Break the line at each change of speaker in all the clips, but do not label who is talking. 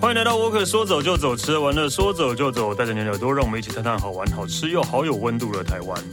欢迎来到沃克，说走就走，吃得玩乐说走就走，带着你的耳朵，让我们一起探探好玩、好吃又好有温度的台湾。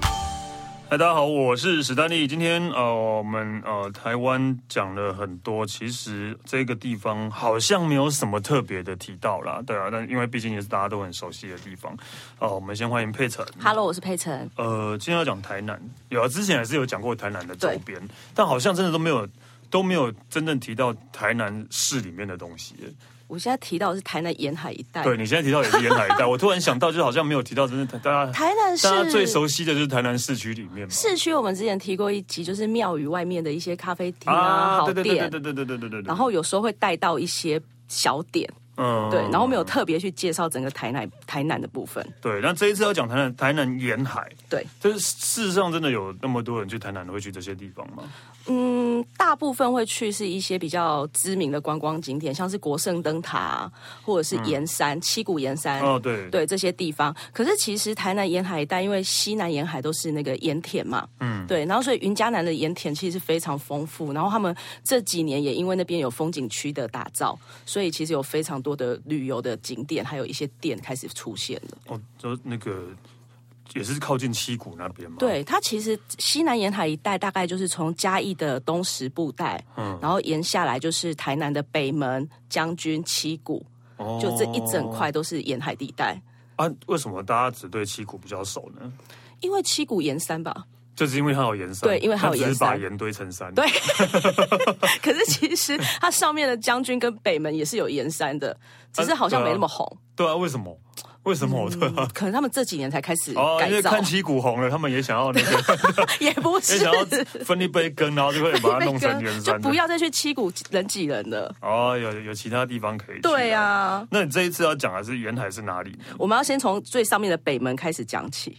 嗨，哎大家好，我是史丹利。今天呃，我们呃台湾讲了很多，其实这个地方好像没有什么特别的提到啦，对啊，但因为毕竟也是大家都很熟悉的地方。哦、我们先欢迎佩晨。
Hello，我是佩晨。
呃，今天要讲台南，有啊，之前还是有讲过台南的周边，但好像真的都没有都没有真正提到台南市里面的东西耶。
我现在提到的是台南沿海一带，
对你现在提到也是沿海一带，我突然想到，就是好像没有提到，真的台大家
台南
大家
市
最熟悉的就是台南市区里面嘛。
市区，我们之前提过一集，就是庙宇外面的一些咖啡厅啊、
啊，
好
对对对对
店，
对对对对对对，
然后有时候会带到一些小点，
嗯
对，然后没有特别去介绍整个台南台南的部分，
对，那这一次要讲台南台南沿海，
对，
就是事实上真的有那么多人去台南会去这些地方吗？
嗯，大部分会去是一些比较知名的观光景点，像是国圣灯塔啊或者是盐山、七股盐山。
嗯哦，对，
对这些地方，可是其实台南沿海一带，因为西南沿海都是那个盐田嘛，嗯，对，然后所以云嘉南的盐田其实是非常丰富，然后他们这几年也因为那边有风景区的打造，所以其实有非常多的旅游的景点，还有一些店开始出现了。
哦，就那个也是靠近七股那边嘛。，
对，它其实西南沿海一带大概就是从嘉义的东石布袋，嗯，然后沿下来就是台南的北门、将军、七股，
哦
就这一整块都是沿海地带，
啊。为什么大家只对七股比较熟呢？
因为七股沿山吧，
就是因为它有盐山，
对因为它有
只
盐
是把
山
盐堆成山。
对， 可是其实它上面的将军跟北门也是有延山的，只是好像没那么红，
对啊，为什么？为什么？对啊。
可能他们这几年才开始
哦，因
改
为
造，
看七股红了，他们也想要那 个，
也不
也
是。
想要分一杯羹，然后就会 把它弄成盐
就
山的
不。要再去七股人挤人了。
哦，有有其他地方可以去。
对啊，
那你这一次要讲的是沿海是哪里呢？
我们要先从最上面的北门开始讲起。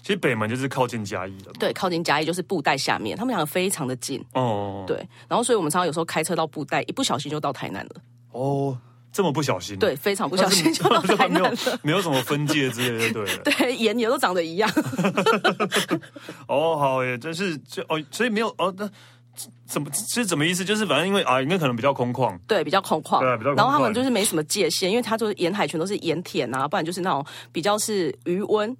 其实北门就是靠近嘉义了嘛。
对，靠近嘉义就是布袋下面，他们两个非常的近。
哦，
对，然后所以我们常常有时候开车到布袋，一不小心就到台南了。
哦，这么不小心，
对，，非常不小心就到
这还
台
没
南
有
了。
没有什么分界之类的，对了。
对，眼也都长得一样。
哦，好耶，真是这哦，所以没有哦，那怎么是怎么意思？就是反正因为啊，应该可能比较空旷，
对，比较空旷，
对啊比较空旷
然后他们就是没什么界限，因为它就是沿海全都是盐田啊，不然就是那种比较是余温，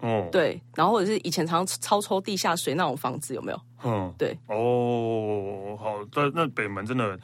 哦，，
对，然后或者是以前常常超抽地下水那种房子有没有？
嗯，
对，
哦，好，但那北门真的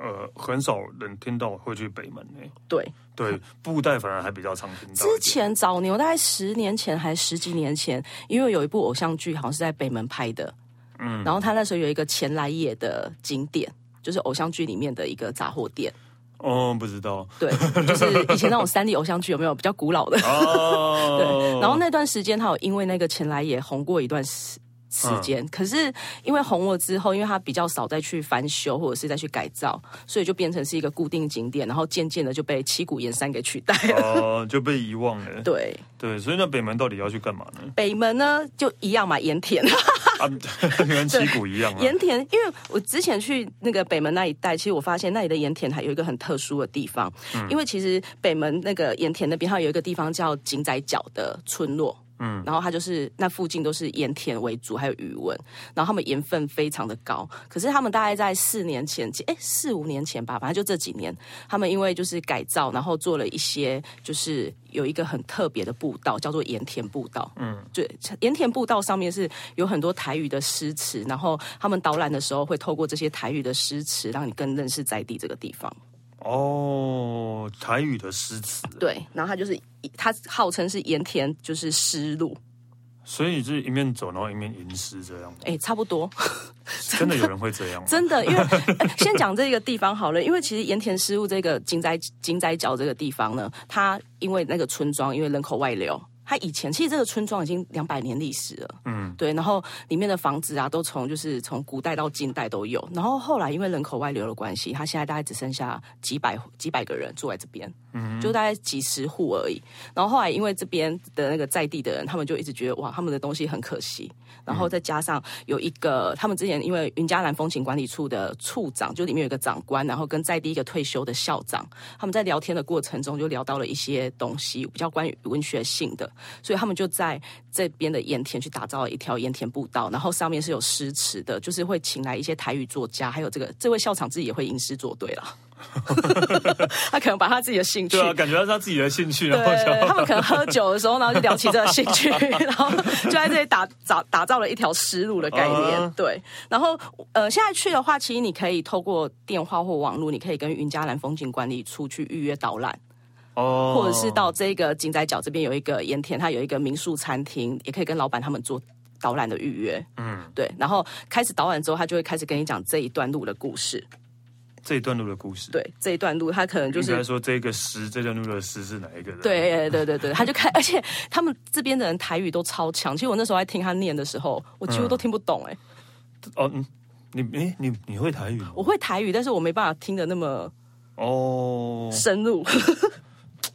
呃很少人听到会去北门诶，
对，
对，布袋反而还比较常听到一点。
之前早年我大概十年前还十几年前，因为有一部偶像剧好像是在北门拍的，嗯，然后他那时候有一个前来也的景点。就是偶像剧里面的一个杂货店，
哦，不知 道
对，就是以前那种三 D 偶像剧有没有比较古老的？
哦，
对，然后那段时间他有因为那个前来也红过一段时时间，可是因为红了之后，因为他比较少再去翻修或者是再去改造，所以就变成是一个固定景点，然后渐渐的就被七股盐山给取代了。
哦就被遗忘了，
对，
对，所以那北门到底要去干嘛呢？
北门呢就一样嘛，盐田，
啊， 跟旗鼓一样啊。
盐田，因为我之前去那个北门那一带，其实我发现那里的盐田还有一个很特殊的地方，因为其实北门那个盐田那边，它有一个地方叫井仔角的村落。嗯，然后它就是那附近都是盐田为主，还有余温，然后他们盐分非常的高。可是他们大概在四年前，哎，四五年前吧，反正就这几年，他们因为就是改造，然后做了一些，就是有一个很特别的步道，叫做盐田步道。嗯，对，盐田步道上面是有很多台语的诗词，然后他们导览的时候会透过这些台语的诗词，让你更认识在地这个地方。
哦，台语的诗词，
对，然后它就是它号称是盐田就是诗路，
所以就是一面走，然后一面吟诗这样。
哎，差不多。
真的有人会这样吗？
真的，因为、 呃先讲这个地方好了，因为其实盐田失物这个金仔金仔角这个地方呢，它因为那个村庄因为人口外流，它以前其实这个村庄已经两百年历史了，嗯，对，然后里面的房子啊，都从就是从古代到近代都有，然后后来因为人口外流的关系，它现在大概只剩下几百几百个人住在这边，嗯，就大概几十户而已。然后后来因为这边的那个在地的人，他们就一直觉得哇，他们的东西很可惜，
嗯
然后再加上有一个他们之前因为云嘉南风景管理处的处长，就里面有一个长官，然后跟在地一个退休的校长，他们在聊天的过程中就聊到了一些东西，比较关于文学性的。所以他们就在这边的盐田去打造了一条盐田步道，然后上面是有诗词的，就是会请来一些台语作家，还有这个这位校长自己也会吟诗作对啦。 他可能把他自己的兴趣
对，啊，感觉是他自己的兴趣，然后
对，他
就
们可能喝酒的时候，然后就聊起这个兴 趣，然后就在这里打打打造了一条思路的概念。
啊
对，然后呃，现在去的话，其实你可以透过电话或网络，你可以跟云嘉南风景管理处去预约导览。
哦
或者是到这个景仔角这边有一个盐田，它有一个民宿餐厅，也可以跟老板他们做导览的预约。
嗯
对，然后开始导览之后，他就会开始跟你讲这一段路的故事。
这一段路的故事，，
对，这一段路他可能就
应该
是。
说这个诗，这段路的诗是哪一个人？
对对对对，他就开，而且他们这边的人台语都超强。其实我那时候在听他念的时候，我几乎都听不懂哎、
哦，嗯，你诶，你你会台语哦吗？
我会台语，但是我没办法听的那么
哦，
深入。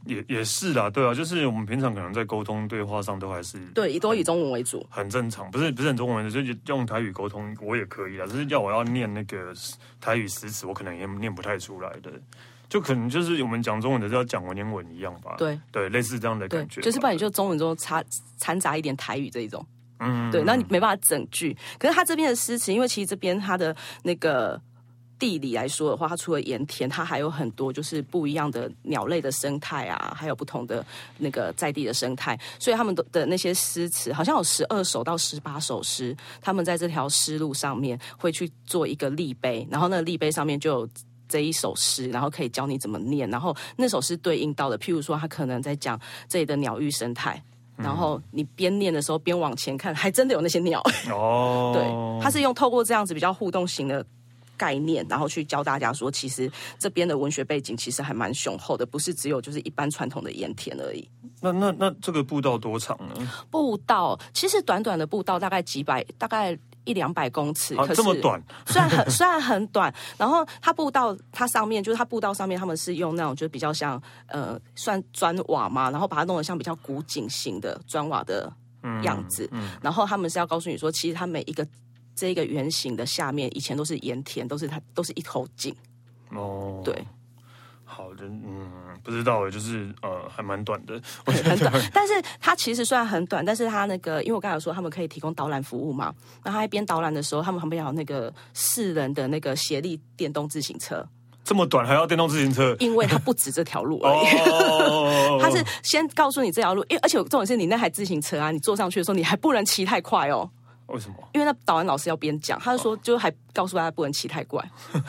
也也是啦，对啊，就是我们平常可能在沟通对话上都还是
对，都以中文为主。
很正常，不是不是很中文的，就是用台语沟通我也可以啦，只是要我要念那个台语诗词，我可能也念不太出来的，就可能就是我们讲中文的是要讲文言文一样吧，
对
对，类似这样的
对
感，觉吧，
就是不然你就中文中掺掺杂一点台语这一种。
嗯
对，那你没办法整句。可是他这边的诗词，因为其实这边它的那个地理来说的话，它除了盐田，它还有很多就是不一样的鸟类的生态啊，还有不同的那个在地的生态，所以他们的的那些诗词，好像有十二首到十八首诗，他们在这条诗路上面会去做一个立碑，然后那个立碑上面就有。这一首诗，然后可以教你怎么念，然后那首诗对应到的，譬如说，他可能在讲这里的鸟语生态，
嗯
然后你边念的时候边往前看，还真的有那些鸟。
哦，
对，它是用透过这样子比较互动型的概念，然后去教大家说，其实这边的文学背景其实还蛮雄厚的，不是只有就是一般传统的盐田而已。
那那那这个步道多长呢？
步道其实短短的步道，大概几百，大概。一两百公尺，
啊
可，是
这么短，
虽 然很虽然很短，然后它步道它上面就是它步道上面他们是用那种就是比较像呃算砖瓦嘛，然后把它弄得像比较古井型的砖瓦的
嗯
样子，然后他们是要告诉你说，其实它每一个这一个圆形的下面以前都是盐田，都是它都是一口井，
哦，
对，
好的，嗯，不知道欸，就是呃，还蛮短的，我
很短。但是它其实虽然很短，但是它那个，因为我刚才有说他们可以提供导览服务嘛，那他一边导览的时候，他们旁边还有那个四人的那个协力电动自行车，
这么短还要电动自行车，
因为它不止这条路而已。
哦，
他是先告诉你这条路，因为而且重点是你那台自行车啊，你坐上去的时候你还不能骑太快哦，
为什么？
因为那导演老师要边讲，他就说就还告诉大家不能骑太快，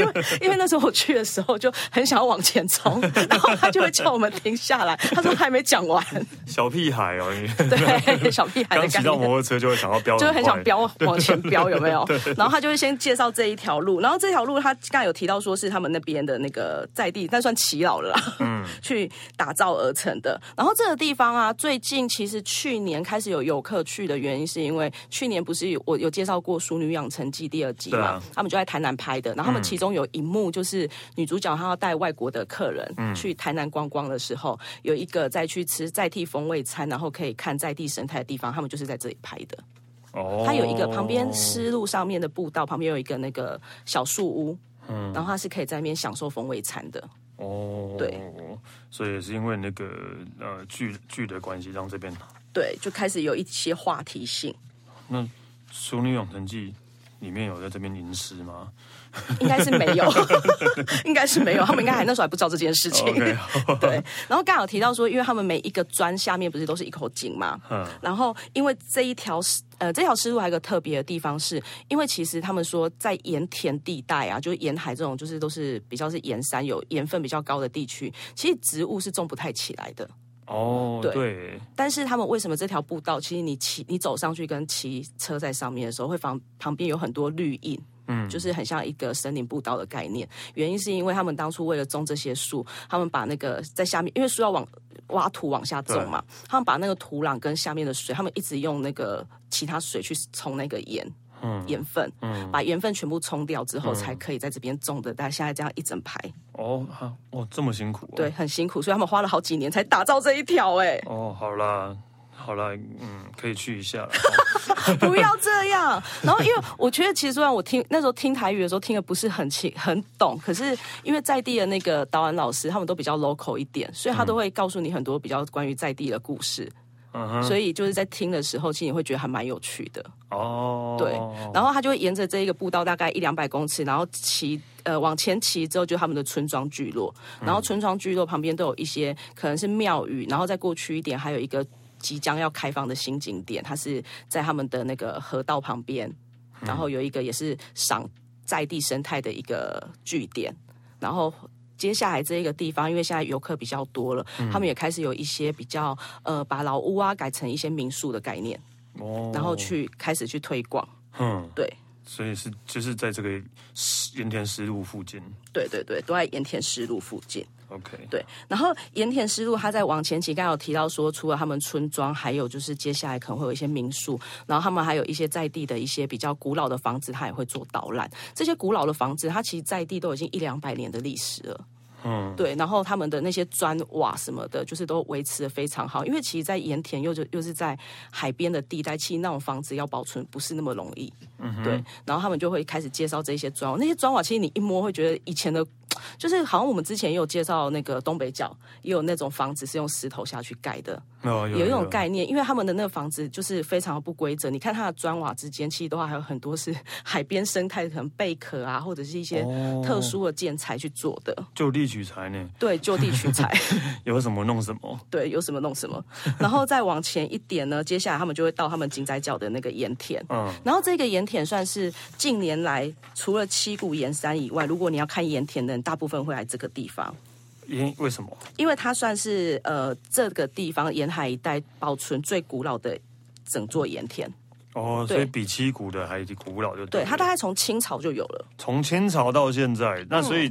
因为因为那时候我去的时候就很想要往前冲，然后他就会叫我们停下来，他说还没讲完，
小屁孩哦，你
对，小屁孩的
刚骑
概
到
念
摩。托车就会想要飙，
就会很想
飙，
飙往前飙，有没有？然后他就会先介绍这一条路，然后这条路他刚才有提到说是他们那边的那个在地，但算祈老了啦，
嗯
去打造而成的。然后这个地方啊，最近其实去年开始有游客去的原因，是因为去年不是有我有介绍过《淑女养成记》第二集
对
嘛，
啊嗯
他们就在台南拍的，然后他们其中有一幕就是女主角她要带外国的客人
嗯
去台南观光的时候，有一个在去吃在地风味餐，然后可以看在地生态的地方，他们就是在这里拍的。
哦
它有一个旁边丝路上面的步道，旁边有一个那个小树屋，嗯，然后它是可以在那边享受风味餐的。
哦，
对，
所以也是因为那个呃剧剧的关系，让这边《
对，就开始有一些话题性，
淑女养成记》里面有在这边吟诗吗
应该是没有，应该是没有，他们应该还那时候还不知道这件事情。
哦？OK，
对，然后刚好提到说，因为他们每一个砖下面不是都是一口井嘛，
嗯
然后因为这一条呃这条丝路还有一个特别的地方是，因为其实他们说在盐田地带啊，就是沿海这种就是都是比较是盐山有盐分比较高的地区，其实植物是种不太起来的。
哦，
对
对，
但是他们为什么这条步道，其实你骑你走上去跟骑车在上面的时候，会旁旁边有很多绿荫。嗯，就是很像一个森林步道的概念。原因是因为他们当初为了种这些树，他们把那个在下面，因为树要往挖土往下种嘛，他们把那个土壤跟下面的水，他们一直用那个其他水去冲那个盐。盐分，把盐分全部冲掉之后，才可以在这边种的。但现在这样一整排，
哦，哈，哦，这么辛苦、哦。
对，很辛苦，所以他们花了好几年才打造这一条。哎，
哦，好啦，好啦，嗯，可以去一下 了。
不要这样。然后，因为我觉得其实虽然我听那时候听台语的时候听的不是很清很懂，可是因为在地的那个导演老师他们都比较 local 一点，所以他都会告诉你很多比较关于在地的故事。
嗯哼，
所以就是在听的时候，其实你会觉得还蛮有趣的。
哦，
对，然后他就会沿着这一个步道大概一两百公尺，然后骑呃往前骑之后，就是他们的村庄聚落，
嗯
然后村庄聚落旁边都有一些可能是庙宇，然后再过去一点还有一个即将要开放的新景点，它是在他们的那个河道旁边，
嗯
然后有一个也是赏在地生态的一个据点，然后。接下来这一个地方，因为现在游客比较多了，
嗯
他们也开始有一些比较呃，把老屋啊改成一些民宿的概念，
哦，
然后，去开始去推广。
嗯，
对，
所以是就是在这个盐田石路附近
对对对，都在盐田石路附近。
，OK，
对，然后盐田丝路，它在往前期刚刚有提到说，除了他们村庄，还有就是接下来可能会有一些民宿，然后他们还有一些在地的一些比较古老的房子，它也会做导览。这些古老的房子，它其实在地都已经一两百年的历史了。
嗯，
对，然后他们的那些砖瓦什么的，就是都维持的非常好，因为其实，在盐田又就又是在海边的地带，其实那种房子要保存不是那么容易。嗯，对，然后他们就会开始介绍这些砖瓦，那些砖瓦其实你一摸会觉得以前的，就是好像我们之前也有介绍那个东北角，也有那种房子是用石头下去盖的，
哦有
有一种，概念，因为他们的那个房子就是非常不规则，你看它的砖瓦之间，其实都还有很多是 海边生态，可能贝壳啊，或者是一些
哦
特殊的建材去做的，
就地取材呢，
对，就地取材。
有什么弄什么。
对，有什么弄什么。然后再往前一点呢，接下来他们就会到他们金仔角的那个盐田。
嗯
然后这个盐田算是近年来除了七股盐山以外，如果你要看盐田的人，大部分会来这个地方，
因为什么？
因为它算是呃这个地方沿海一带保存最古老的整座盐田。
哦，
对
所以比七股的还古老就对
对，
了。
它大概从清朝就有了，
从清朝到现在，那所以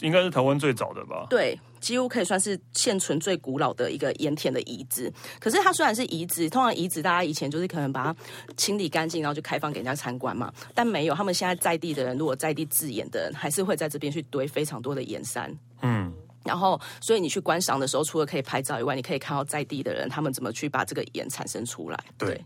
应该是台湾最早的吧？
嗯对。几乎可以算是现存最古老的一个盐田的遗址。可是它虽然是遗址，通常遗址大家以前就是可能把它清理干净，然后就开放给人家参观嘛。但没有，他们现在在地的人，如果在地自演的人，还是会在这边去堆非常多的盐山。
嗯，
然后，所以你去观赏的时候，除了可以拍照以外，你可以看到在地的人他们怎么去把这个盐产生出来。
对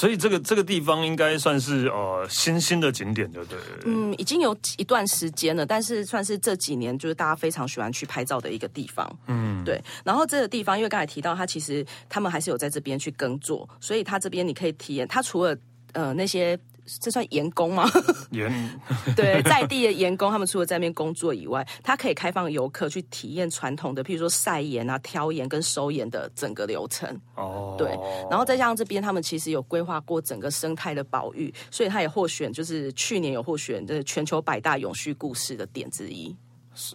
所以这个这个地方应该算是呃新兴的景点，就对了。
嗯，已经有一段时间了，但是算是这几年就是大家非常喜欢去拍照的一个地方。嗯，对。然后这个地方，因为刚才提到，它其实他们还是有在这边去耕作，所以它这边你可以体验，它除了呃那些。这算盐工吗？
盐
对，在地的盐工，他们除了在那边工作以外，它可以开放游客去体验传统的，譬如说晒盐啊、挑盐跟收盐的整个流程。
哦，
对，然后再加上这边他们其实有规划过整个生态的保育，所以它也获选，就是去年有获选的全球百大永续故事的点之一。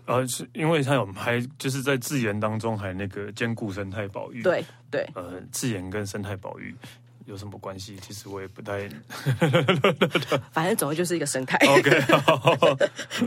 呃，是因为它有还就是在自研当中还那个兼顾生态保育。，
对对，
呃，自研跟生态保育有什么关系？其实我也不 太
反正总之就是一个生态。
OK 好。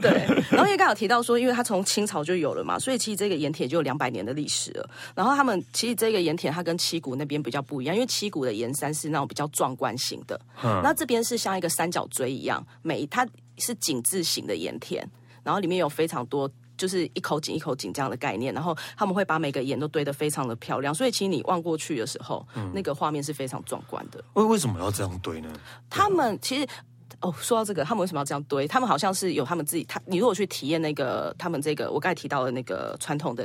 对，然后因为刚好提到说，因为它从清朝就有了嘛，所以其实这个盐田就有两百年的历史了。然后他们其实这个盐田它跟七股那边比较不一样，因为七股的盐山是那种比较壮观型的，那这边是像一个三角锥一样，每一它是井字形的盐田，然后里面有非常多。就是一口井一口井这样的概念，然后他们会把每个盐都堆得非常的漂亮，所以其实你望过去的时候，那个画面是非常壮观的。
为为什么要这样堆呢？
他们其实。哦，说到这个，他们为什么要这样堆？他们好像是有他们自己，他你如果去体验那个他们这个我刚才提到的那个传统的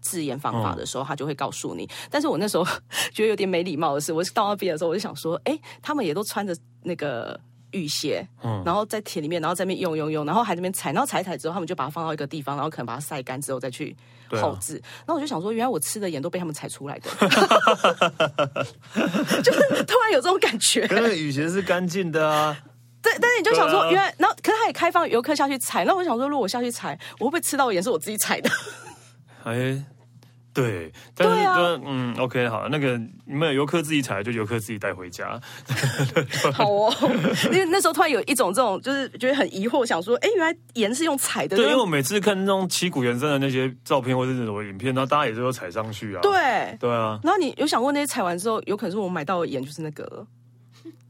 自研方法的时候，他就会告诉你。但是我那时候觉得有点没礼貌的是，我到那边的时候，我就想说，哎，他们也都穿着那个雨鞋，
嗯
然后在田里面，然后在那边用用用，然后还在那边踩，然后踩一踩之后，他们就把它放到一个地方，然后可能把它晒干之后再去
对啊
后置。然后我就想说，原来我吃的盐都被他们踩出来 的， 就是突然有这种感觉。
可是雨鞋是干净的啊。
对，但是你就想
对
说，
啊
原来，然后可是他也开放游客 下去踩，那我想说，如果我下去踩，我会不会吃到盐是我自己踩的？
哎，对，但是
对啊
这嗯，OK，好，那个你们游客自己采，就游客自己带回家。
好哦，因为那时候突然有一种这种，就是觉得很疑惑，想说，哎，原来盐是用采的，
对，因
就是
为我每次看那种旗鼓原生的那些照片或者是什么影片，然后大家也是都踩上去啊。
对。
对啊，
然后你有想过那些采完之后，有可能是我买到的盐就是那个了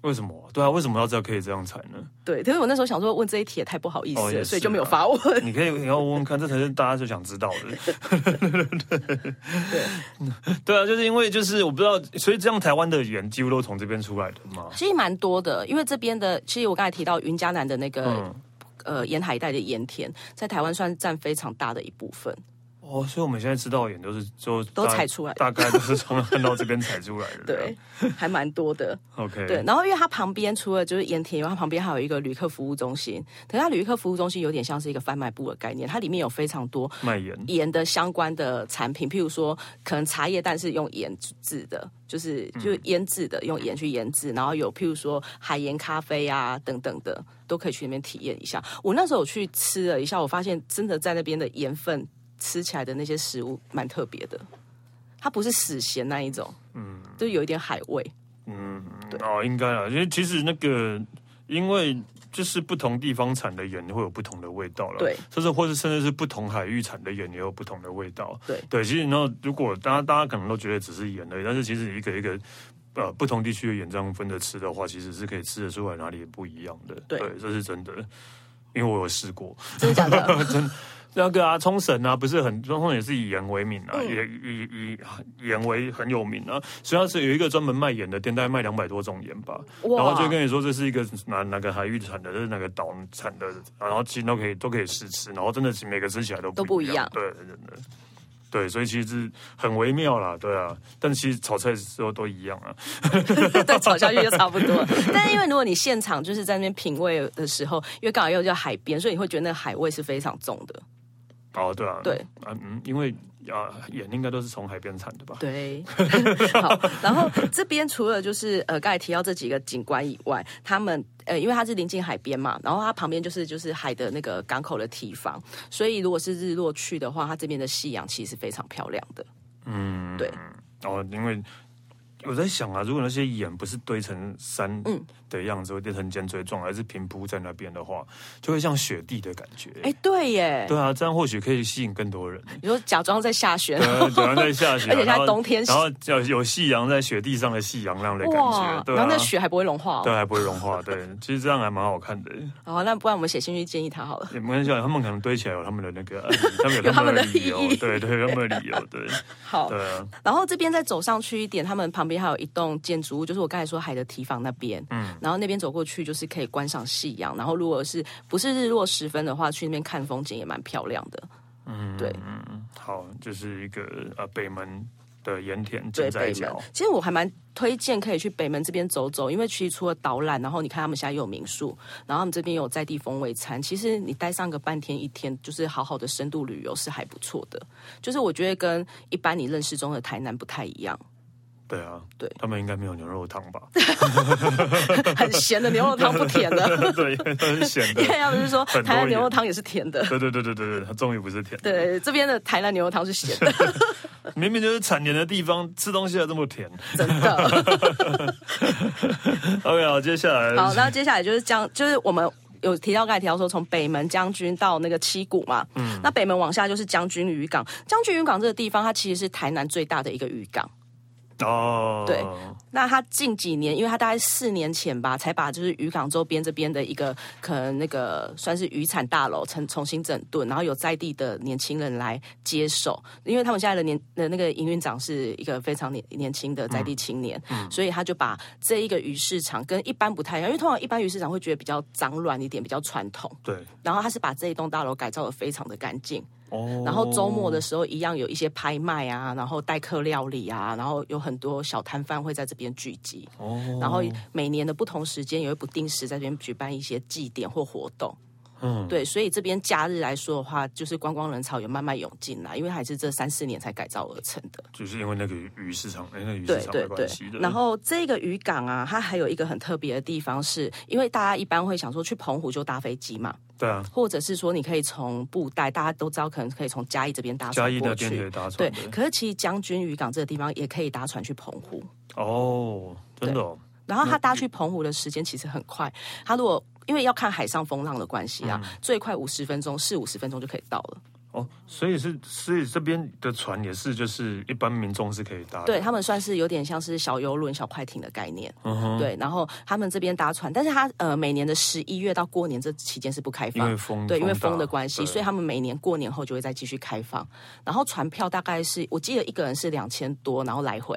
为什么？对啊，为什么要这样可以这样踩呢？
对，可是我那时候想说问这一题也太不好意思
哦也
了，
是
所以就没有
啊
发问。
你可以你要问问看，这才是大家最想知道的。 对啊，就是因为就是我不知道，所以这样台湾的盐几乎都从这边出来的嘛。
其实蛮多的，因为这边的，其实我刚才提到云嘉南的那个、
嗯，
呃沿海一带的盐田，在台湾算占非常大的一部分。
哦，所以我们现在知道的盐都是就
都
大
采出来的
大概都是从看到这边采出来的。
对，
啊
还蛮多的。
，OK，
对，，然后因为它旁边除了就是盐田以外，它旁边还有一个旅客服务中心。可是它旅客服务中心有点像是一个贩卖部的概念，它里面有非常多
卖盐。
盐的相关的产品，譬如说可能茶叶蛋是用盐制的，就是就是腌制的，用盐去腌制，然后有譬如说海盐咖啡啊等等的，都可以去那边体验一下。我那时候有去吃了一下，我发现真的在那边的盐分吃起来的那些食物蛮特别的，它不是死咸那一种，嗯，就有一点海味。
哦，应该啊，因为其实那个，因为就是不同地方产的盐会有不同的味道了，
对，
就是或是甚至是不同海域产的盐也有不同的味道，
对
对。其实然后如果大家大家可能都觉得只是盐而已，但是其实一个一个。呃，不同地区的盐这样分着吃的话，其实是可以吃得出来哪里不一样的。
对
这是真的，因为我有试过。
真的 假的？
那个啊，冲绳啊，不是很冲绳也是以盐为名啊，
嗯
也以以盐为很有名啊，所以它是有一个专门卖盐的店，大概卖两百多种盐吧。
哇
然后就跟你说这是一个哪哪个海域产的，这是哪个岛产的，然后其实都可以都可以试吃，然后真的是每个吃起来都
都不
一
一样
对，真的。对，所以其实是很微妙啦，对啊，但其实炒菜的时候都一样啊，
对，炒下去就差不多。但是因为如果你现场就是在那边品味的时候，因为刚好又叫海边，所以你会觉得那个海味是非常重的。
哦，对啊，
对
啊，嗯，因为啊，盐应该都是从海边产的吧？
对， 好。然后这边除了就是呃刚才提到这几个景观以外，他们呃因为它是临近海边嘛，然后它旁边就是就是海的那个港口的提防，所以如果是日落去的话，它这边的夕阳其实是非常漂亮的。嗯，对，
哦，因为我在想啊，如果那些盐不是堆成山
嗯
的样子，会变成尖锥状，而是平铺在那边的话，就会像雪地的感觉。
哎，对耶，
对啊，这样或许可以吸引更多人。
你说假装在下雪，
对啊，对啊，在下雪啊，
而且
然
在
后
冬天
然后有有夕阳在雪地上的夕阳那样的感觉，对
然后
啊，
那雪还不会融化
对啊
哦。
还不会融化，对，其实这样还蛮好看的。
好，那不然我们写信去建议他好了。
也没关系啊，他们可能堆起来有他们的那个，他们有
有
他
他
们
们
的
的
理由
意，义
对对，有他们的理由，对
好，
对啊，
然后这边再走上去一点，他们旁边还有一栋建筑物，就是我刚才说海的堤防那边。嗯，然后那边走过去就是可以观赏夕阳，然后如果是不是日落时分的话，去那边看风景也蛮漂亮的。嗯，对
好，就是一个呃北门的盐田
对，
正在
北
角
门，。其实我还蛮推荐可以去北门这边走走，因为其实除了导览，然后你看他们现在又有民宿，然后他们这边有在地风味餐，其实你待上个半天一天，就是好好的深度旅游是还不错的。就是我觉得跟一般你认识中的台南不太一样，
对啊，
对
他们应该没有牛肉汤吧？
很咸的牛肉汤不甜的。
对，很咸的
因。为 他们是说
很多
台南牛肉汤也是甜的。
对对对对对对，它终于不是甜的，
对，这边的台南牛肉汤是咸 的，
明明就是产盐的地方，吃东西还这么甜。
真 的。
OK，好，接下来
好，那接下来就是将，就是我们。有提到刚才提到说，从北门将军到那个七股嘛，嗯，那北门往下就是将军渔港。将军渔港这个地方，它其实是台南最大的一个渔港。
哦，
对那它近几年，因为它大概四年前吧，才把就是渔港周边这边的一个可能那个算是渔产大楼重重新整顿，然后有在地的年轻人来接手，因为他们现在的年的那个营运长是一个非常年年轻的在地青年，所以他就把这一个鱼市场跟一般不太一样，因为通常一般鱼市场会觉得比较脏乱一点，比较传统，
对，
然后他是把这一栋大楼改造的非常的干净，
哦
然后周末的时候一样有一些拍卖啊，然后代客料理啊，然后有很多小摊贩会在这边聚集。
哦，
然后每年的不同时间也会不定时在这边举办一些祭典或活动。
嗯
嗯，对，所以这边假日来说的话，就是观光人潮有慢慢涌进来，因为还是这三四年才改造而成的。
就是因为那个鱼市场，哎，那个鱼市
对
场
对
的
对
关系的，。
然后这个渔港啊，它还有一个很特别的地方是，因为大家一般会想说去澎湖就搭飞机嘛，
对啊，
或者是说你可以从布袋，大家都知道，可能可以从嘉义这边搭
嘉
船
义那
过
边可
去
以。搭船
对
的，
可是其实将军渔港这个地方也可以搭船去澎湖，
哦，真的、哦，
然后他搭去澎湖的时间其实很快，他如果因为要看海上风浪的关系啊，
嗯
最快五十分钟，四五十分钟就可以到了。
哦，所以是，所以这边的船也是，就是一般民众是可以搭的，
对他们算是有点像是小游轮、小快艇的概念。
嗯哼，
对，然后他们这边搭船，但是他呃每年的十一月到过年这期间是不开
因
放
为。风，
对，因为风
大
的关系，
对
所以他们每年过年后就会再继续开放。然后船票大概是我记得一个人是两千多，然后来回。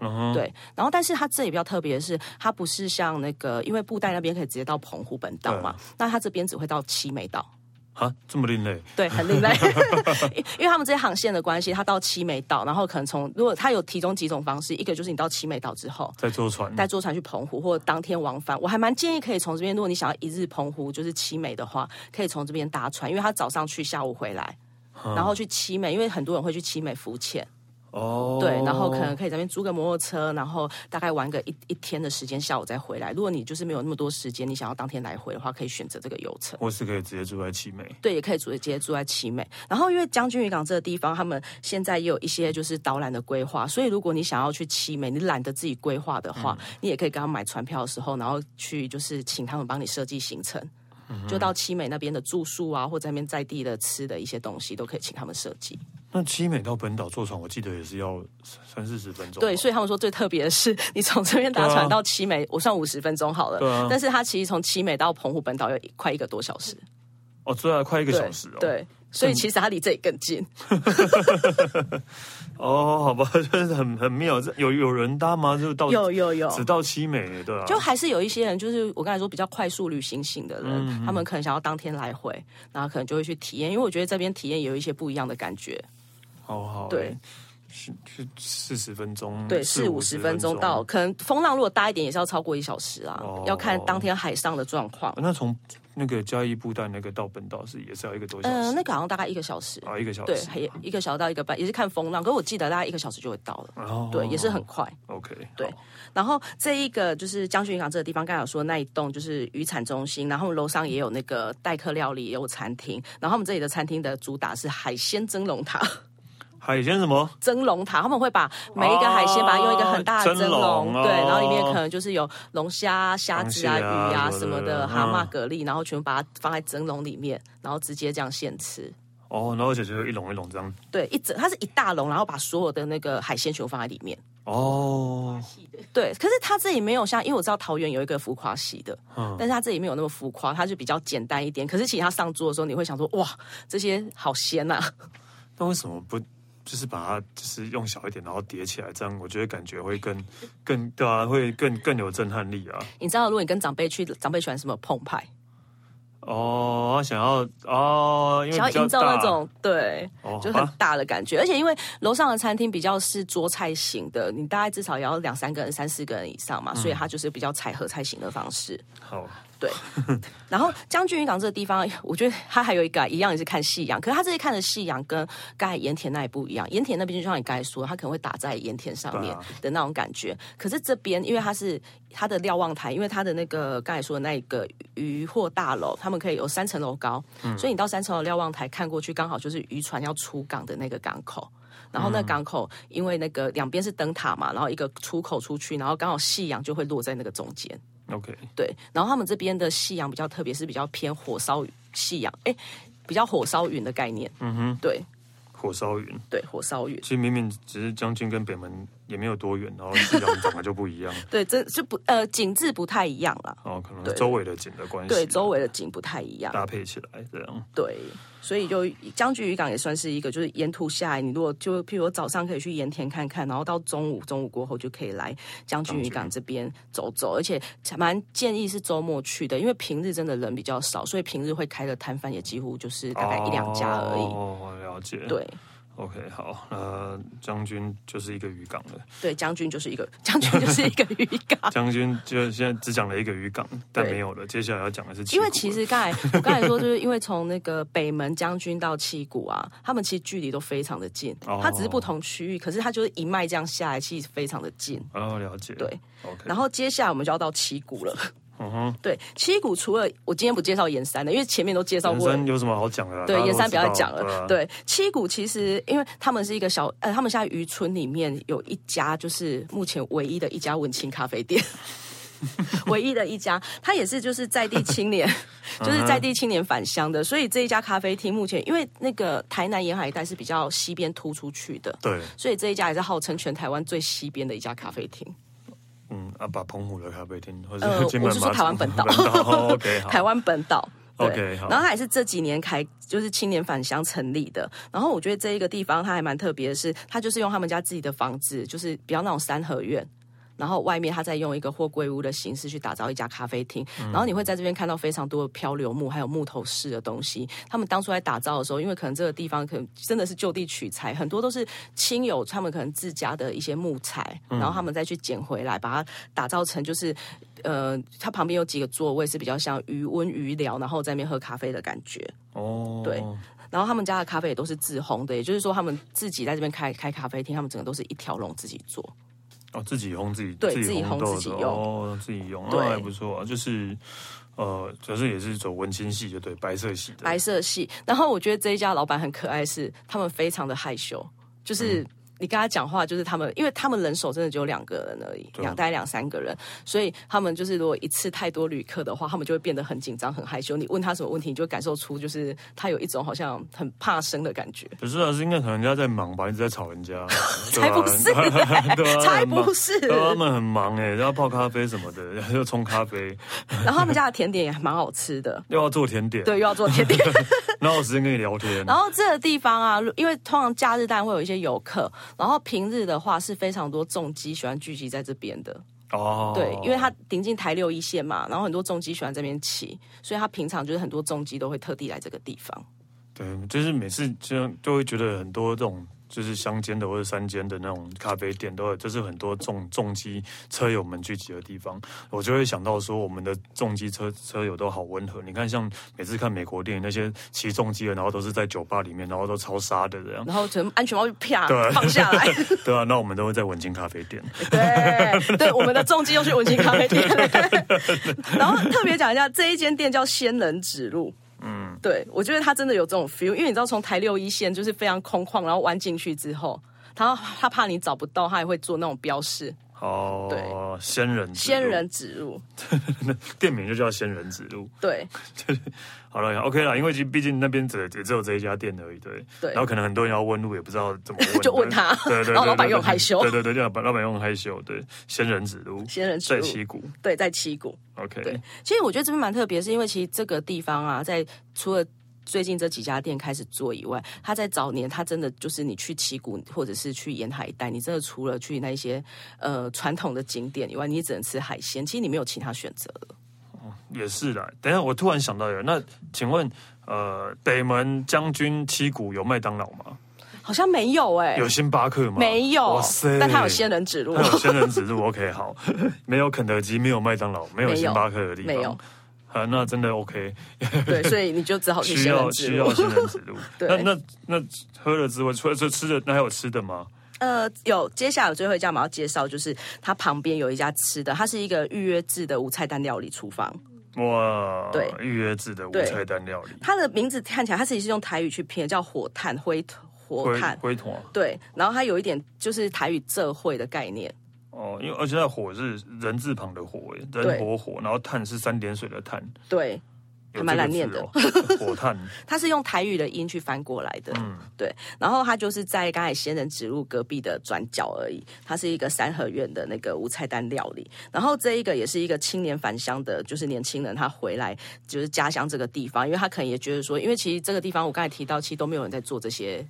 嗯哼，
对，然后但是它这里比较特别的是，它不是像那个，因为布袋那边可以直接到澎湖本岛嘛，那它这边只会到七美岛。
啊，这么另类，
对，很另类，因 因为他们这些航线的关系，它到七美岛，然后可能从如果它有提供几种方式，一个就是你到七美岛之后，
在坐船，
再坐船去澎湖，或者当天往返，我还蛮建议可以从这边，如果你想要一日澎湖，就是七美的话，可以从这边搭船，因为它早上去，下午回来，
嗯
然后去七美，因为很多人会去七美浮潜，
哦，
对，然后可能可以在那边租个摩托车，然后大概玩个一一天的时间，下午再回来。如果你就是没有那么多时间，你想要当天来回的话，可以选择这个游程。
我是可以直接住在七美，
对，也可以直接住在奇美。然后因为将军渔港这个地方，他们现在也有一些就是导览的规划，所以如果你想要去奇美，你懒得自己规划的话，
嗯
你也可以跟他买船票的时候，然后去就是请他们帮你设计行程。
嗯
就到奇美那边的住宿啊，或者那边在地的吃的一些东西，都可以请他们设计。
那七美到本岛坐船，我记得也是要三四十分钟吧，
对，所以他们说最特别的是， 你从这边搭
对啊
船到奇美，我算五十分钟好了。
对啊
但是它其实从奇美到澎湖本岛有一快一个多小时，
哦，坐了快一个
对
小时哦，，
对，所以其实它离这里更近。
哦，好吧， 就是很很妙，这有有人搭吗？就是到
有有有，
哦只到七美，对啊，
就还是有一些人，就是我刚才说比较快速旅行型的人，他们可能想要当天来回，然后可能就会去体验，因为我觉得这边体验有一些不一样的感觉。
好好，
对，
是是四十分钟，
对，嗯四五十分钟到，可能风浪如果大一点也是要超过一小时啊，
哦
要看当天海上的状况
啊。那从那个嘉义布袋那个到本岛是也是要一个多小
嗯、
时，
那个好像大概一个小时，
啊，一个小
嗯对，
时，
还一个小时到一个半，也是看风浪。可是我记得大概一个小时就会到了，
哦
对，也是很快。
OK，
对
好，
然后这一个就是将军港这个地方，刚才有说那一栋就是渔产中心，然后楼上也有那个待客料理，也有餐厅。然后我们这里的餐厅的主打是海鲜蒸笼塔，
海鲜什么？
蒸笼塔他们会把每一个海鲜把它用一个很大的
蒸
蒸
笼
笼，
哦
对，然后里面可能就是有龙虾、虾子啊、
螃蟹啊
鱼啊
什
什
么
么
的
的，
嗯
蛤蟆、蛤蜊，然后全部把它放在蒸笼里面，然后直接这样现吃。
哦，然后而且就是一笼一笼这样，
对，一整它是一大笼，然后把所有的那个海鲜全部放在里面。
哦，
对，可是它这里没有像，因为我知道桃园有一个浮夸系的，
嗯
但是它这里没有那么浮夸，它就比较简单一点。可是其实它上桌的时候，你会想说，哇，这些好鲜呐、
那为什么不？就是把它就是用小一点，然后叠起来，这样我觉得感觉会更更对啊，会更更有震撼力啊。
你知道，如果你跟长辈去，长辈喜欢什么澎湃，
哦，他想要哦，因为
想
比较
要营造那
大
种对，
哦，
就
好
很
吧
大的感觉。而且因为楼上的餐厅比较是桌菜型的，你大概至少也要两三个人、三四个人以上嘛，
嗯
所以它就是比较采合菜型的方式。
好
对，然后将军渔港这个地方， 我觉得它还有一个一样也是看夕阳，可是它这里看的夕阳跟刚才盐田那里不一样。盐田那边就像你刚才说，它可能会打在盐田上
对
面
啊
的那种感觉。可是这边因为它是它的瞭望台，因为它的那个刚才说的那一个渔货大楼，他们可以有三层楼高，
嗯
所以你到三层楼瞭望台看过去，刚好就是渔船要出港的那个港口。然后那
嗯
港口，因为那个两边是灯塔嘛，然后一个出口出去，然后刚好夕阳就会落在那个中间。
，OK，
对，然后他们这边的夕阳比较特别，是比较偏火烧夕阳，哎，比较火烧云的概念。嗯哼，对
火烧云。
对，火烧云，
其实明明只是将军跟北门也没有多远，然后夕阳长得就不一 样
对，这就不呃景致不太一样啦。
哦，可能
对
周围的景的关系，
对，周围的景不太一样。
搭配起来这样。
对，所以就将军渔港也算是一个，就是沿途下来，你如果就譬如说早上可以去盐田看看，然后到中午中午过后就可以来将军渔港这边走走，而且蛮建议是周末去的，因为平日真的人比较少，所以平日会开的摊贩也几乎就是大概一两家而已。
哦，了解。
对，
，OK，好，那将军就是一个渔港了。
对，将军就是一个将军就是一个渔港。
将军就现在只讲了一个渔港，但
对
没有了。接下来要讲的是旗鼓
因
了，
为其实刚才我刚才说，就是因为从那个北门将军到七股啊，他们其实距离都非常的近，
哦
它只是不同区域，可是它就是一脉这样下来，其实非常的近。
哦，了解。
对
，OK，
然后接下来我们就要到七股了，
嗯哼，
对，七股除了我今天不介绍盐山的，因为前面都介绍
盐
过了。
山有什么好讲的啦？
对，
大家
盐
都
山不要
知
再
道啊
讲了。， 对，七股其实因为他们是一个小，呃，他们现在渔村里面有一家，就是目前唯一的一家文青咖啡店。 唯一的一家，它也是就是在地青 年，就是
嗯
在地青年返乡的，所以这一家咖啡厅目前因为那个台南沿海一带是比较西边突出去的，
对，对
所以这一家也是号称全台湾最西边的一家咖啡厅。
嗯，啊，把澎湖的咖啡厅或
呃
者金门
我是说
马祖
台湾本岛
哦，OK，好，
台湾本岛。对
OK，好
然后它也是这几年开，就是青年返乡成立的。然后我觉得这一个地方它还蛮特别的是，它就是用他们家自己的房子，就是比较那种三合院，然后外面它再用一个货柜屋的形式去打造一家咖啡厅。然后你会在这边看到非常多的漂流木，还有木头式的东西。他们当初在打造的时候，因为可能这个地方可能真的是就地取材，很多都是亲友他们可能自家的一些木材，然后他们再去捡回来，把它打造成就是呃，它旁边有几个座位是比较像余温余聊，然后在那边喝咖啡的感觉。
哦，
对然后他们家的咖啡也都是自烘的，也就是说他们自己在这边开开咖啡厅，他们整个都是一条龙自己做。
哦，自己烘自己
对自己
烘
烘
豆
自己
子
用
哦，自己用，
对
那还不错啊，就是。呃，就是也是走文青系，就对，白色系的，
白色系。然后我觉得这一家老板很可爱是，他们非常的害羞，就是。
嗯
你跟他讲话，就是他们，因为他们人手真的只有两个人而已，
对啊
两大概两三个人，所以他们就是如果一次太多旅客的话，他们就会变得很紧张、很害羞。你问他什么问题，你就会感受出就是他有一种好像很怕生的感觉，
不是啊，是应该可能人家在忙吧，一直在吵人家，
才不是
对啊 对啊，
才
很忙
不 是。
对啊他们很忙哎、要泡咖啡什么的， 要冲咖 啡，
然后他们家的甜点也蛮好吃的，
又要做甜点，
对，，又要做 甜点，
哪有时间跟你聊天？
然后这个地方啊，因为通常假日当然会有一些游客，然后平日的话是非常多重机喜欢聚集在这边的。
哦，
对，因为它临近台六一线嘛，然后很多重机喜欢这边骑，所以它平常就是很多重机都会特地来这个地方。
哦对，就是每次这样就会觉得很多这种。就是乡间的或者山间的那种咖啡店，都有就是很多重重机车友们聚集的地方，我就会想到说，我们的重机车车友都好温和。你看，像每次看美国电影那些骑重机的，然后都是在酒吧里面，然后都超杀的 这样，
然后可能安全帽就 啪
对
放下来，
对啊。那我们都会在文青咖啡店，
对对，我们的重机又去文青咖 啡店。然后特别讲一下，这一间店叫仙人指路。嗯，对，我觉得它真的有这种 feel，因为你知道，从台六一线就是非常空旷，然后弯进去之后，他他怕你找不到，他也会做那种标示，
哦，仙人指
仙
路
人指路。
店名就叫仙人指路。
对，
好了，OK 了，因为其实毕竟那边只也只有这一家店而已，对。
对
然后可能很多人要问路，也不知道怎么问，
就问他
对对对对
然后老板
对
又很害羞
对对对，老板老板又很害羞，对。仙人指路，
仙人指
在
路，
溪谷
对，在七股。
，OK
对。其实我觉得这边蛮特别，是因为其实这个地方啊，在除了最近这几家店开始做以外，它在早年，它真的就是你去旗鼓或者是去沿海一带，你真的除了去那一些呃传统的景点以外，你只能吃海鲜，其实你没有其他选择了。
也是啦。等一下，我突然想到有，那请问，呃，北门将军七谷有麦当劳吗？
好像没有哎、
有星巴克吗？
没有
哇塞！，
但它有仙。人指路
它。有仙人指路，OK，好， 没有肯德基，没有麦当劳，没有
没有
星巴克的地方，
没有，
啊，那真的 OK。
对，所以你就只好去
需
仙人
要
指
需
路
要。仙人指路。
对
那那那喝了之后，除了这吃的，那还有吃的吗？
呃，有，接下来我最后一家我们要介绍，就是它旁边有一家吃的，它是一个预约制的无菜单料理厨房。
哇，
对
预约制的无
对
菜单料理，
它的名字看起来，它其实是用台语去拼的，叫火炭灰火
龟
炭。
龟团
对，然后它有一点就是台语“这会”的概念，
哦，因为而且那火是人字旁的火，哎人
对
火火，然后炭是三点水的炭，
对，还
有
蛮
这个
难念
字
的
哦。 火炭，
它是用台语的音去翻过来的，
嗯，
对。然后它就是在刚才仙人指路隔壁的转角而已，它是一个三合院的那个无菜单料理。然后这一个也是一个青年返乡的，就是年轻人他回来就是家乡这个地方，因为他可能也觉得说，因为其实这个地方我刚才提到，其实都没有人在做这些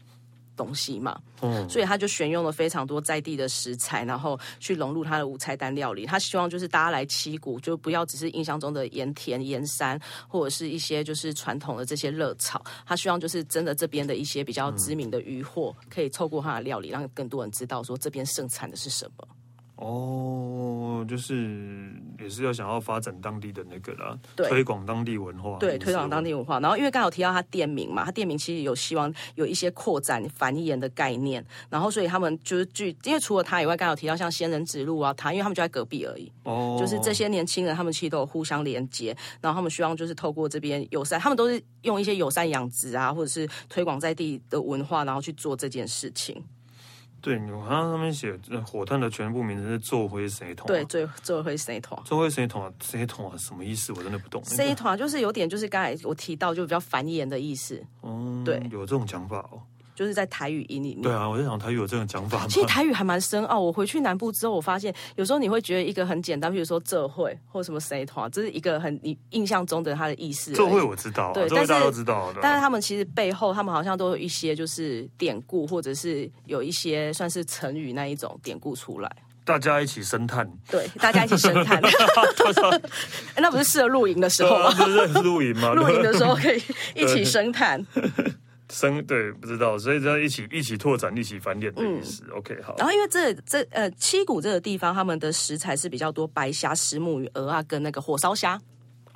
东西嘛，
嗯
所以他就选用了非常多在地的食材，然后去融入他的无菜单料理。他希望就是大家来七股，就不要只是印象中的盐田、盐山，或者是一些就是传统的这些热炒。他希望就是真的这边的一些比较知名的渔货，可以透过他的料理，让更多人知道说这边盛产的是什么。
哦。后就是也是要想要发展当地的那个啦，
对
推广当地文化，
对，推广当
地。
地文化。然后因为刚好提到他店名嘛，他店名其实有希望有一些扩展繁衍的概念。然后所以他们就是据，因为除了他以外，刚好提到像仙人指路啊，他因为他们就在隔壁而已，
哦，
就是这些年轻人他们其实都有互相连接。然后他们希望就是透过这边友善，他们都是用一些友善养殖啊，或者是推广在地的文化，然后去做这件事情。
对，你看上面写呃火炭的全部名字是做回谁桶、啊？
对，，最最后会 C 团。
做回谁桶啊？谁桶啊？什么意思？我真的不懂。那
C
个
团就是有点就是刚才我提到就比较繁衍的意思，
哦，
对
有这种讲法哦。
就是在台语音里面
对。啊，我就想他有这种讲法吗？
其实台语还蛮深奥。我回去南部之后，我发现有时候你会觉得一个很简单，比如说这会或什么谁团，这是一个很你印象中的它的意 思。
这会。我知道、啊，
对
这会大
但
家
是
都知道的。
但是他们其实背后，他们好像都有一些就是典故，或者是有一些算是成语那一种典故出来。
大家一起深探，
对，大家一起深谈。 哎那不是适合露营的 时
对
候
啊，
吗？
这是露营 嘛？
露
对
营的时候可以一起深谈。
深对不知道，所以要一起一起拓展、一起繁衍的意思。OK，好，
嗯然后因为这这呃七股这个地方，他们的食材是比较多白虾、石目鱼、鹅啊，跟那个火烧虾。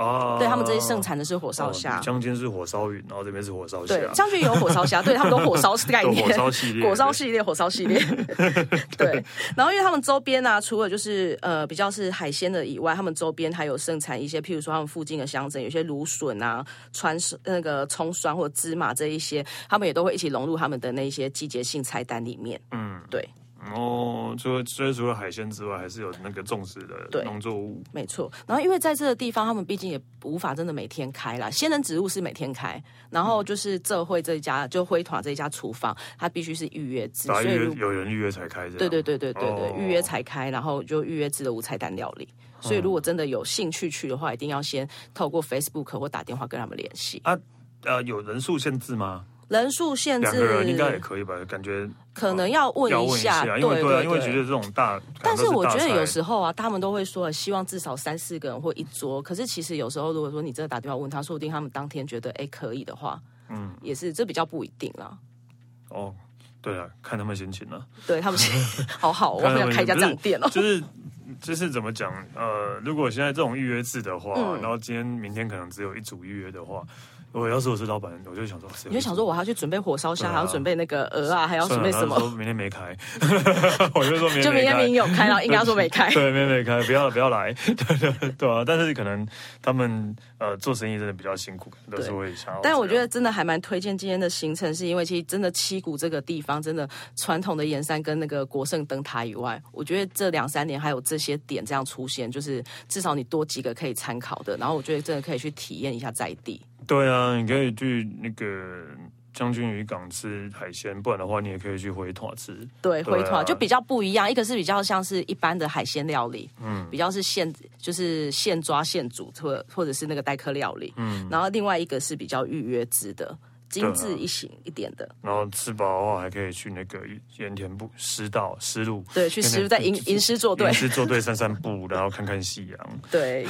啊，
对他们这些盛产的是火
哦
烧虾。
江间是火烧云，然后这边是火烧虾，
对，江军有火烧 虾，对他们都火烧概
都
念，
火烧系列，
啊火烧系列，火烧系列， 对。然后因为他们周边啊，除了就是呃比较是海鲜的以外，他们周边还有盛产一些，譬如说他们附近的乡镇，有些芦笋啊、川那个葱酸或芝麻这一些，他们也都会一起融入他们的那些季节性菜单里面。嗯，对，
哦，除了所以除了海鲜之外，还是有那个种植的
对
农作物。
没错。然后因为在这个地方，他们毕竟也无法真的每天开啦，仙人植物是每天开，然后就是这会这一家就辉团这一家厨房，它必须是预约制，
大
所
家
以
预约
如
有人预约才开，这
对
样
对对对对对，
哦嗯
预约才开，然后就预约制的无菜单料理。所以如果真的有兴趣去的话，一定要先透过 Facebook 或打电话跟他们联系。
啊。呃，有人数限制吗？
人数限
两个人应该也
制
可以吧？感觉
可能要问
要
一
问
下，
因为
对
对啊，
对
因为觉得
对。
这种大，
但是我觉得有
候
时候啊，他们都会说希望至少三四个人或一桌。可是其实有时候，如果说你真的打电话问他，说不定他们当天觉得哎可以的话，嗯，也是这比较不一定啦。
哦，对啊，看他们心情 了。
对他们是好好，我
看他
好
们
想开一家这样店哦。
就是就是怎么讲？呃，如果现在这种预约制的话，
嗯
然后今天明天可能只有一组预约的话，我要是我是老板，我就想说，
你就想说，我还要去准备火烧虾，
对啊
还要准备那个鹅啊，还要
算
准
了
备什么
他？说明天没开， 我就说明
就
天没
明天
开。。
明有开，然后应该说没开
对，没没开，不要不要来， 对对对啊！但是可能他们呃做生意真的比较辛苦，可能都是会想要这样。
但我觉得真的还蛮推荐今天的行程，是因为其实真的七股这个地方，真的传统的盐山跟那个国盛灯塔以外，我觉得这两三年还有这些点这样出现，就是至少你多几个可以参考的。然后我觉得真的可以去体验一下在地。
对啊，你可以去那个将军渔港吃海鲜，不然的话你也可以去回团吃。
对，
对啊
回团、就比较不一样，一个是比较像是一般的海鲜料理，嗯，比较是现就是现抓现煮，或或者是那个待客料理，嗯，然后另外一个是比较预约制的，精致
啊
一型一点的。
然后吃饱的话，还可以去那个盐田步湿道湿路，
对，去师傅在吟吟诗 作对
也，是作对散散步，然后看看夕阳。
对，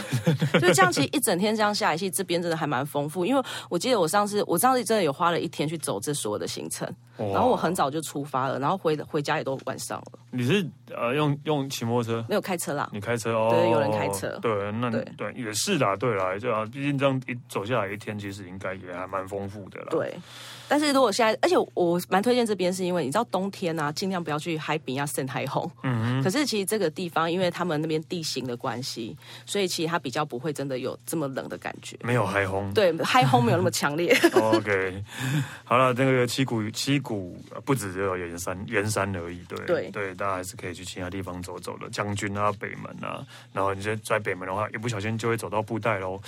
就这样。其实一整天这样下来，其实这边真的还蛮丰富。因为我记得我上次，我上次真的有花了一天去走这所有的行程，
哇
然后我很早就出发了，然后回回家也都晚上了，
你是呃用用骑摩托车？
没有开车啦。
你开车哦，
对有人开车
对，那对
对
也是啦，对啦，对啊，毕竟这样一走下来一天，其实应该也还蛮丰富的啦。，
对，但是如果现在，而且我蛮推荐这边，是因为你知道冬天啊，尽量不要去海滨啊、深海红。嗯可是其实这个地方，因为他们那边地形的关系，所以其实它比较不会真的有这么冷的感觉。
没有海红。
对，海风没有那么 强烈。
OK，好了，那个七股七股呃不止只有盐山盐山而已，对
对
大家还是可以去其他地方走走的，将军啊、北门啊，然后你就在北门的话，一不小心就会走到布袋喽，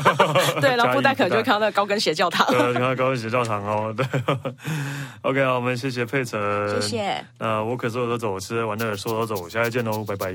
对，然
嘉
后
义
布袋可能就
布袋
会看到那个高跟鞋教堂。
对，然后高级教堂哦，对 ，OK 好，我们谢谢佩晨，
谢。谢。
那我可说走就走，吃喝玩乐说走就走，下次见喽，拜拜。